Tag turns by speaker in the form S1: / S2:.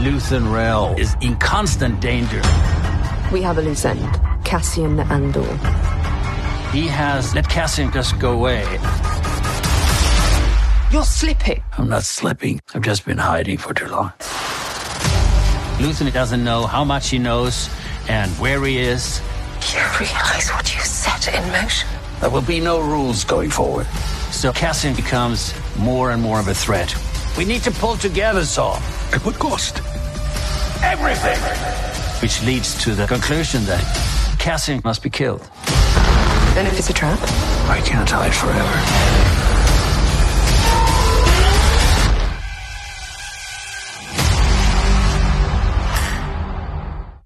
S1: Lutheran Rail is in constant danger.
S2: We have a loose end. Cassian Andor.
S1: He has let Cassian just go away.
S2: You're slipping.
S1: I'm not slipping. I've just been hiding for too long. Lutheran doesn't know how much he knows and where he is.
S2: You realize what you set in motion?
S1: There will be no rules going forward. So Cassian becomes more and more of a threat. We need to pull together, Saul.
S3: At what cost?
S1: Everything! Which leads to the conclusion that Cassian must be killed.
S2: And if it's a trap?
S1: I can't hide forever.